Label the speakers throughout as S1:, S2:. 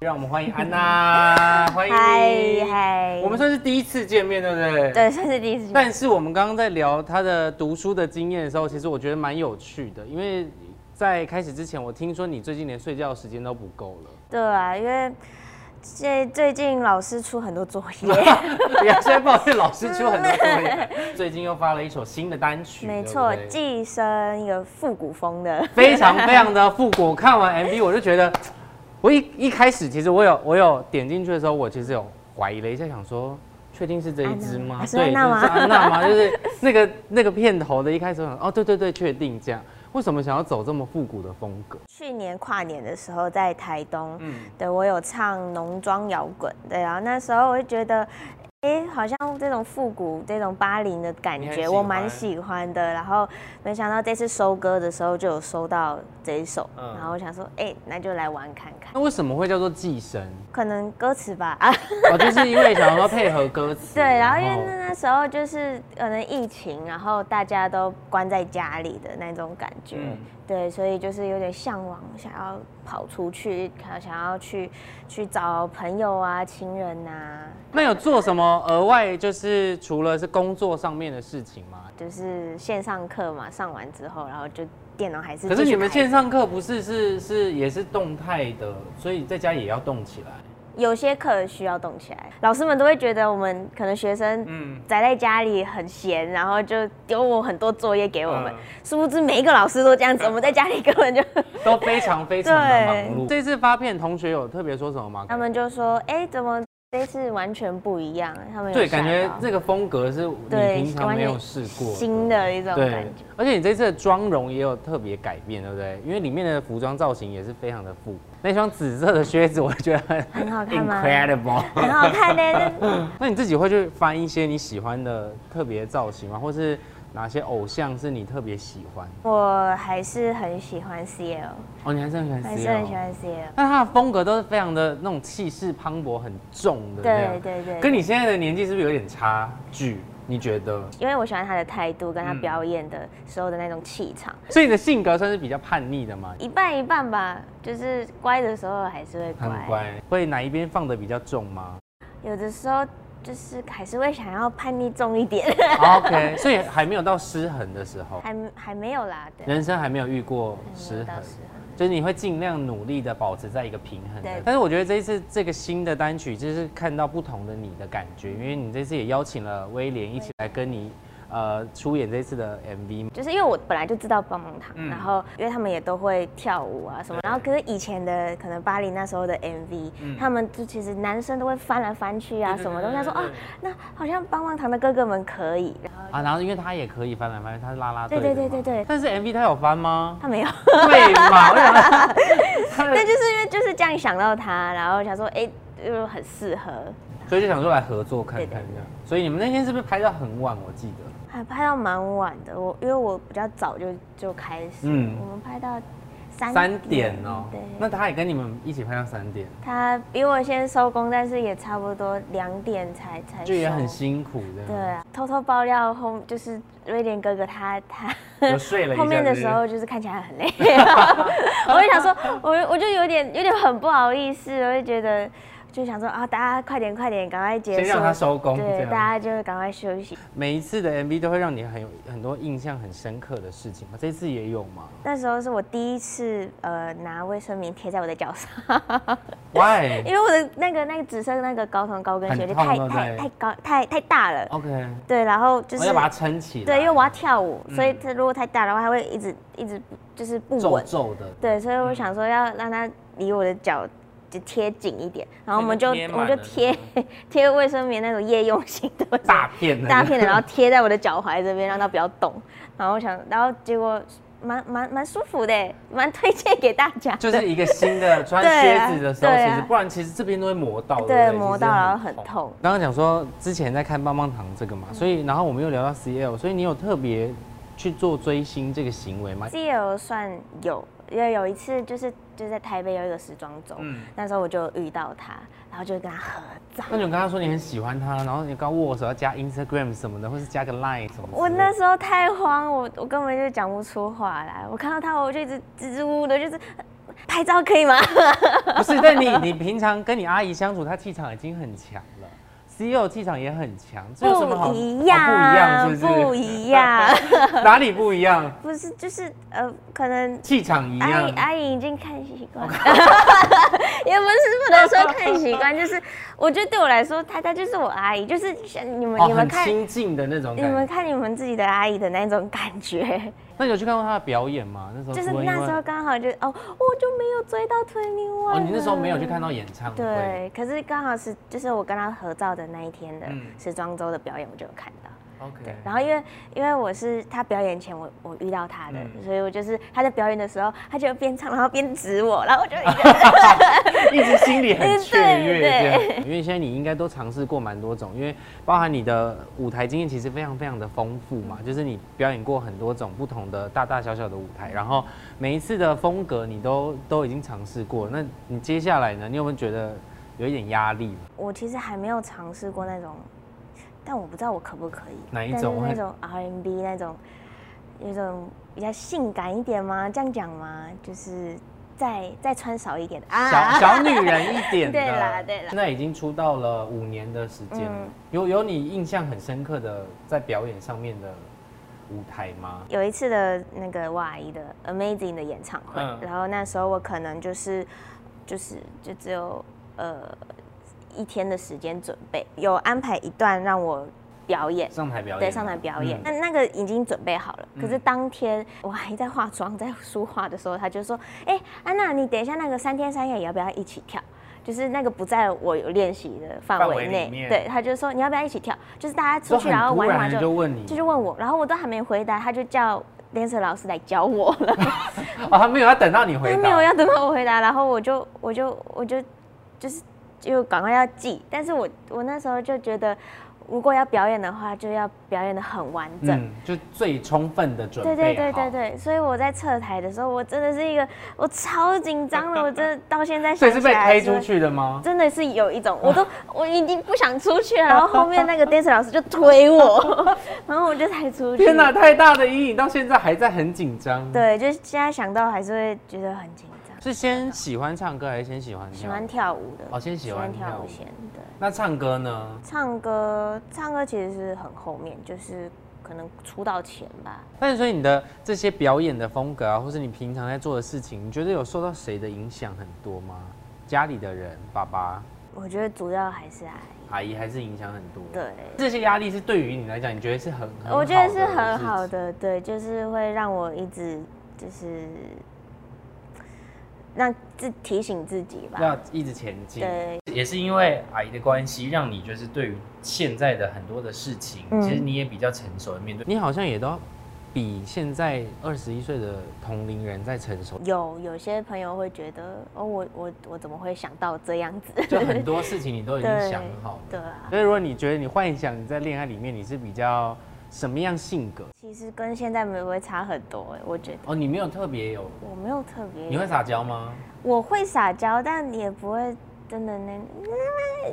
S1: 让我们欢迎安娜，欢迎
S2: 嗨
S1: 你。
S2: 嗨，
S1: 我们算是第一次见面，对不对？。
S2: 对算是第一次见面，
S1: 但是我们刚刚在聊她的读书的经验的时候，其实我觉得蛮有趣的，因为在开始之前，我听说你最近连睡觉的时间都不够 了，
S2: 对啊，因为最最近老师出很多作业，
S1: 你还啊在抱怨老师出很多作业。最近又发了一首新的单曲，
S2: 没
S1: 对不
S2: 错，
S1: 对
S2: 寄生一个复古风的，
S1: 非常非常的复古。看完 MV 我就觉得，我一一开始其实我有我有点进去的时候，我其实有怀疑了一下，想说确定是这一支吗？
S2: 啊安娜是
S1: 就是安
S2: 安娜吗
S1: 娜吗？ 就是那个那个片头的一开始我想，哦，对对对，确定这样。为什么想要走这么复古的风格？
S2: 去年跨年的时候在台东，
S1: 嗯
S2: 对我有唱农庄摇滚，对，然后那时候我就觉得。哎、好像这种复古、这种八零的感
S1: 你很喜
S2: 觉，
S1: 欢
S2: 我蛮喜欢的。然后没想到这次收歌的时候就有收到这一首，
S1: 嗯
S2: 然后我想说，哎、那就来玩看看，
S1: 那为什么会叫做寄生？
S2: 可能歌词吧。啊
S1: 哦，就是因为想要配合歌词。
S2: 对，然后因为那那时候就是可能疫情，然后大家都关在家里的那种感觉，
S1: 嗯
S2: 对，所以就是有点向往，想要跑出去，想想要去去找朋友啊、亲人啊，
S1: 那有做什么额外就是除了是工作上面的事情吗？
S2: 就是线上课嘛，上完之后，然后就电脑还是
S1: 可是
S2: 继续
S1: 你们
S2: 开
S1: 线上课不是是是也是动态的，所以在家也要动起来。
S2: 有些课需要动起来，老师们都会觉得我们可能学生
S1: 嗯，
S2: 宅在家里很闲，然后就丢我很多作业给我们
S1: 嗯，
S2: 殊不知每一个老师都这样子，我们在家里根本就。
S1: 都非常非常的
S2: 对
S1: 忙碌。这次发片，同学有特别说什么吗？
S2: 他们就说：“哎、怎么这次完全不一样？”他们有
S1: 对，
S2: 吓
S1: 感觉
S2: 到
S1: 这个风格是你
S2: 对
S1: 平常没有试过
S2: 新的一种感
S1: 对
S2: 觉。，
S1: 而且你这次的妆容也有特别改变，对不对？因为里面的服装造型也是非常的复古。那双紫色的靴子，我觉得 很
S2: 很好看吗
S1: incredible。
S2: 很好看呢、那
S1: 那你自己会去翻一些你喜欢的特别造型吗？或是哪些偶像是你特别喜欢？
S2: 我还是很喜欢 CL，
S1: 哦，你还是很喜欢 CL，
S2: 还是很喜欢 CL。
S1: 但他的风格都是非常的那种气势磅礴、很重的那样。
S2: 对对对
S1: 跟你现在的年纪是不是有点差距？你觉得？
S2: 因为我喜欢他的态度，跟他
S1: 嗯
S2: 表演的时候的那种气场，
S1: 所以你的性格算是比较叛逆的嘛？
S2: 一半一半吧。就是乖的时候还是会
S1: 很
S2: 乖，
S1: 乖，会哪一边放的比较重吗
S2: 有的时候就是还是会想要叛逆重一点，
S1: ？OK，所以 还没有到失衡的时候，
S2: 还还没有啦，对，
S1: 人生还没有遇过失
S2: 还没有
S1: 衡
S2: 到。失衡
S1: 就是你会尽量努力的保持在一个平衡的
S2: 对。
S1: 但是我觉得这一次这个新的单曲，就是看到不同的你的感觉，因为你这次也邀请了威廉一起来跟你呃出演这次的 MV 嘛。
S2: 就是因为我本来就知道棒棒糖，
S1: 嗯
S2: 然后因为他们也都会跳舞啊什么，
S1: 对
S2: 然后可是以前的可能巴黎那时候的 MV，、他们就其实男生都会翻来翻去啊
S1: 对对
S2: 什么
S1: 对
S2: 的，我
S1: 对
S2: 想说
S1: 对
S2: 啊
S1: 对，
S2: 那好像棒棒糖的哥哥们可以，然后
S1: 啊，然后因为他也可以翻来翻去，他是啦啦队的
S2: 对
S1: 嘛
S2: 对对对对？
S1: 但是 MV 他有翻吗
S2: 他没有，
S1: 对嘛？我想 他他
S2: 但
S1: 的，
S2: 就是因为就是这样想到他，然后想说哎，就很适合，
S1: 所以就想说来合作看
S2: 对
S1: 看
S2: 对
S1: 这样。所以你们那天是不是拍到很晚？我记得。
S2: 还拍到蛮晚的，我因为我比较早就就开始，
S1: 嗯
S2: 我们拍到三
S1: 三点哦、
S2: 对，
S1: 那他也跟你们一起拍到三点，
S2: 他比我先收工，但是也差不多两点才才
S1: 就也很
S2: 收
S1: 辛苦这样。
S2: 对啊，偷偷爆料后就是威廉哥哥他他
S1: 有睡了一下
S2: 后面的
S1: 是不是
S2: 时候就是看起来很累，啊 我就想说，我我就有点有点很不好意思，我就觉得就想说啊，大家快点快点，赶快结束，
S1: 先让他收工这
S2: 对，
S1: 样
S2: 大家就赶快休息。
S1: 每一次的 MV 都会让你很有很多印象很深刻的事情吗？这次也有吗
S2: 那时候是我第一次呃拿卫生棉贴在我的脚上，
S1: ？Why？
S2: 因为我的那个那个紫色的那个高筒高跟鞋
S1: 很
S2: 就
S1: 痛
S2: 太
S1: 对不
S2: 太
S1: 对
S2: 太高太太大了，
S1: OK，、
S2: 对，然后就
S1: 我
S2: 是
S1: 要把它撑起来。
S2: 对，因为我要跳舞，所以
S1: 嗯
S2: 它如果太大的话，它会一直一直就是不
S1: 皱
S2: 稳。
S1: 皱的。
S2: 对，所以
S1: 嗯
S2: 我想说要让它离我的脚就贴紧一点，然后我们就
S1: 所以就贴
S2: 我
S1: 满
S2: 们
S1: 了
S2: 就贴贴卫生棉那种夜用型的卫 生
S1: 大片的
S2: 大片的，然后贴在我的脚踝这边，让它不要动。然后我想，然后结果蛮蛮蛮舒服的，蛮推荐给大家的。
S1: 就是一个新的穿
S2: 对啊
S1: 靴子的时候，
S2: 对
S1: 其
S2: 啊
S1: 实不然其实这边都会磨到，不
S2: 对，磨到然后。
S1: 其
S2: 很
S1: 实很
S2: 痛。嗯
S1: 刚刚讲说之前在看棒棒糖这个嘛，所以然后我们又聊到 CL，所以你有特别去做追星这个行为吗？
S2: 自由算有，因为有一次就是就在台北有一个时装周，
S1: 嗯
S2: 那时候我就遇到他，然后就跟他合照。
S1: 那你有跟他说你很喜欢他，然后你刚握手要加 Instagram 什么的，或是加个 Line 什么之类的？
S2: 我那时候太慌，我我根本就讲不出话来。我看到他，我就一直支支吾吾的，就是呃拍照可以吗？
S1: 不是，但你你平常跟你阿姨相处，她气场已经很强了，CEO 气场也很强， 这有什么好好
S2: 一
S1: 不一样？是不是？
S2: 不一样，
S1: 哪里不一样？
S2: 不是就是呃，可能
S1: 气场一
S2: 阿
S1: 样哦
S2: 姨。阿姨已经看习惯了， 也不是不能说看习惯，就是我觉得对我来说，她她就是我阿姨，就是像你们、
S1: 哦，
S2: 你们
S1: 很
S2: 看
S1: 亲近的那种
S2: 你
S1: 感
S2: 们
S1: 觉。
S2: 看你们自己的阿姨的那种感觉，
S1: 那你有去看过她的表演吗？那时候
S2: 就是
S1: 除了因
S2: 那
S1: 为
S2: 时候刚好就哦，我就没有追到推你
S1: 哦，
S2: 湾。
S1: 你那时候没有去看到演唱会。
S2: 对，可是刚好是就是我跟他合照的那一天的
S1: 嗯
S2: 时装周的表演，我就有看到。
S1: ，OK。
S2: 然后因为因为我是他表演前我我遇到他的，
S1: 嗯
S2: 所以我就是他在表演的时候，他就边唱然后边指我，然后我就 一个
S1: 一直心里很雀跃这样
S2: 对。
S1: 因为现在你应该都尝试过蛮多种，因为包含你的舞台经验其实非常非常的丰富
S2: 嗯
S1: 嘛，就是你表演过很多种不同的大大小小的舞台，然后每一次的风格你都都已经尝试过。那你接下来呢？你有没有觉得有一点压力？
S2: 我其实还没有尝试过那种，但我不知道我可不可以。
S1: 哪一
S2: 但是
S1: 种
S2: 那种 RMB 那种，有一种比较性感一点吗？这样讲吗？就是再再穿少一点啊的
S1: 小小女人一点的，
S2: 对啦对啦
S1: 现在已经出道了五年的时间了
S2: 嗯
S1: 有有你印象很深刻的在表演上面的舞台吗？
S2: 有一次的那个我阿姨的 Amazing 的演唱会，
S1: 嗯
S2: 然后那时候我可能就是就是就只有呃一天的时间准备，有安排一段让我表演。
S1: 上台表演吗，
S2: 对，上台表演
S1: 嗯，
S2: 那、那个已经准备好了。可是
S1: 嗯
S2: 当天我还在化妆，在梳化的时候，他就说：“哎、安娜，你等一下那个三天三夜要不要一起跳？就是那个不在我有练习的范
S1: 范
S2: 围
S1: 围里
S2: 内。”
S1: 面
S2: 对，他就说：“你要不要一起跳？就是大家
S1: 就
S2: 出去
S1: 很
S2: 然后
S1: 突
S2: 玩一
S1: 然
S2: 玩
S1: 地
S2: 就
S1: 就问你，
S2: 就是问我，然后我都还没回答，他就叫 dancer 老师来教我了。
S1: 哦，他没有要等到你回
S2: 他
S1: 答，
S2: 没有要等到我回答，然后我就我就我就就是就赶快要记，但是我我那时候就觉得，如果要表演的话，就要表演的很完整。
S1: 嗯，就最充分的准备
S2: 对对对对
S1: 好，
S2: 对，所以我在侧台的时候，我真的是一个我超紧张 的，我真的到现在
S1: 所
S2: 想
S1: 以是被
S2: 起来
S1: 推
S2: 就
S1: 出
S2: 会
S1: 去的吗？
S2: 真的是有一种，我 都我已经不想出去了，然后后面那个 dancer 老师就推 我，然后我就才出去。
S1: 天哪，太大的阴影，到现在还在很紧张。，
S2: 对，就是现在想到还是会觉得很紧张。
S1: 是先喜欢唱歌还是先喜欢跳？
S2: 喜欢。跳舞的，
S1: 哦先喜欢跳舞
S2: 先对。
S1: 那唱歌呢？
S2: 唱歌，唱歌其实是很后面，就是可能出道前吧。
S1: 但是所以你的这些表演的风格啊，或是你平常在做的事情，你觉得有受到谁的影响很多吗？家里的人、爸爸、
S2: 我觉得主要还是爱，
S1: 阿姨还是影响很多。，
S2: 对，
S1: 这些压力是对于你来讲，你觉得是很，很
S2: 我觉得是
S1: 好的
S2: 很
S1: 事
S2: 好
S1: 情。
S2: 的，对，就是会让我一直就是让自提醒自己吧。
S1: 要一直前进。
S2: 对，
S1: 也是因为阿姨的关系，让你就是对于现在的很多的事情，
S2: 嗯
S1: 其实你也比较成熟的面对。你好像也都比现在二十一岁的同龄人在成 熟，
S2: 有有些朋友会觉得，哦，我我我怎么会想到这样子？
S1: 就很多事情你都已经想好了。
S2: 对啊。
S1: 所以如果你觉得你幻想你在恋爱里面你是比较什么样性格？
S2: 其实跟现在没有会差很多哎，我觉得
S1: 哦，你没有特别有，
S2: 我没有特别，
S1: 你会撒娇吗？
S2: 我会撒娇，但也不会真的那，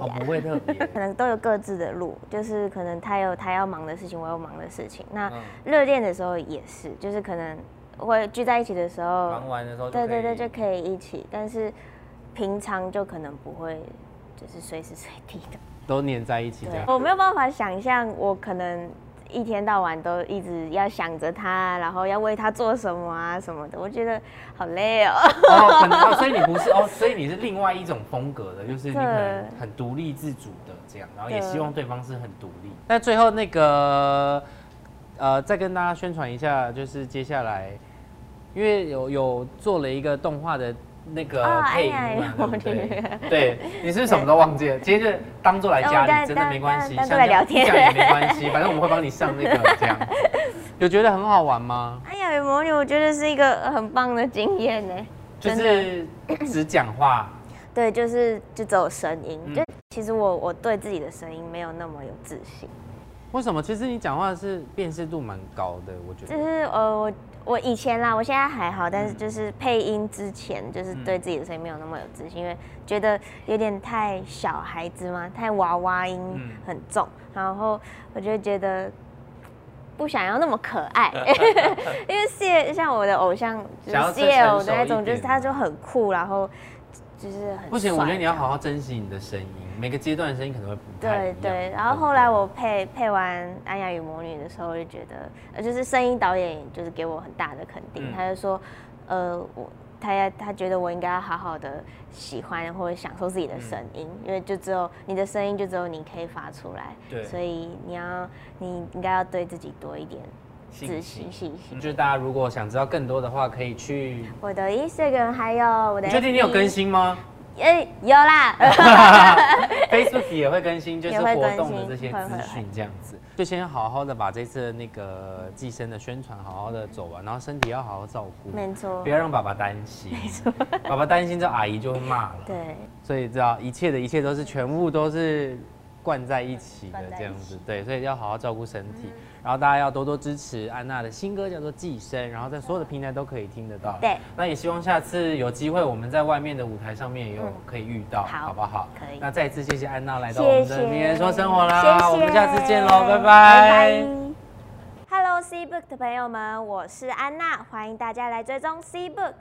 S1: 哦，不会特 别。
S2: 可能都有各自的路，就是可能他有他要忙的事情，我有忙的事情。那
S1: 嗯，
S2: 热恋的时候也是，就是可能会聚在一起的时候，
S1: 忙完的时候就
S2: 对对
S1: 可
S2: 对，
S1: 以
S2: 就可以一起，但是平常就可能不会，就是随时随地的。
S1: 都黏在一起这
S2: 对
S1: 样，。
S2: 我没有办法想象，我可能一天到晚都一直要想着他，然后要为他做什么啊什么的，我觉得好累哦。
S1: 哦，可能哦，所以你不是 哦，所以你是另外一种风格的，就是你可能
S2: 对
S1: 很独立自主的这样，然后也
S2: 对
S1: 希望对方是很独立。那最后那个呃，再跟大家宣传一下，就是接下来因为有有做了一个动画的。那个
S2: 哦
S1: 配音嘛，
S2: 哎呀
S1: 对不对
S2: 我？
S1: 对，你是不是什么都忘记了，今天就当做来
S2: 哦
S1: 家
S2: 但
S1: 里，真的没关系，
S2: 但但
S1: 像
S2: 都来
S1: 这样
S2: 聊天
S1: 讲也没关系，反正我们会帮你上那个 这样。有觉得很好玩吗？
S2: 哎呀，有魔女，我觉得是一个很棒的经验呢。
S1: 就
S2: 真的
S1: 是只讲话，
S2: 对，就是就只有声音。
S1: 嗯
S2: 就其实我我对自己的声音没有那么有自信，
S1: 为什么？其实你讲话是辨识度蛮高的，我觉
S2: 就
S1: 得。
S2: 是呃我我以前啦，我现在还好，但是
S1: 嗯
S2: 就是配音之前，就是
S1: 嗯
S2: 对自己的声音没有那么有自信，因为觉得有点太小孩子嘛，太娃娃音
S1: 嗯
S2: 很重，然后我就觉得。不想要那么可 爱，因为谢像我的偶像就
S1: 想要
S2: 是
S1: 再成
S2: 谢偶的
S1: 熟
S2: 那
S1: 一
S2: 种，就是
S1: 点
S2: 他就很酷，然后就是很
S1: 不行，我觉得
S2: 帅
S1: 你要好好珍惜你的声音，每个阶段的声音可能会不太一
S2: 对
S1: 样
S2: 对，然后后来我配配完《安雅与魔女》的时候，我就觉得，呃，就是声音导演就是给我很大的肯定，
S1: 嗯
S2: 他就说，呃，我他要他觉得我应该要好好的喜欢或者享受自己的声音，因为就只有你的声音就只有你可以发出来，
S1: 嗯对
S2: 所以你要你应该要对自己多一点自
S1: 信
S2: 信
S1: 息。
S2: 信心。
S1: 就是大家如果想知道更多的话，可以去。
S2: 我的 Instagram 还有我的，
S1: 你确定你有更？新 吗
S2: 哎、有啦。
S1: ？Facebook 也会更新，就是
S2: 也会
S1: 活
S2: 更
S1: 动的
S2: 新
S1: 这些
S2: 会会
S1: 资讯这样子。就先好好的把这次的那个寄生的宣传好好的走完，然后身体要好好照顾，
S2: 没错
S1: 不要让爸爸担心。爸爸担心这阿姨就会骂 了。
S2: 对，
S1: 所以知道一切的一切都是全部都是灌在一起的这样子，对，所以要好好照顾身体，
S2: 嗯
S1: 然后大家要多多支持安娜的新歌叫做《寄生》，然后在所有的平台都可以听得到。
S2: 对，
S1: 那也希望下次有机会我们在外面的舞台上面也有
S2: 嗯
S1: 可以遇到，
S2: 好
S1: 不好？
S2: 可以
S1: 那再次谢谢安娜来到我
S2: 谢
S1: 们
S2: 谢
S1: 这边说生活啦，
S2: 谢谢
S1: 我们下次见喽，拜
S2: 拜拜 Hello C Book 的朋友们，我是安娜，欢迎大家来追踪 C Book。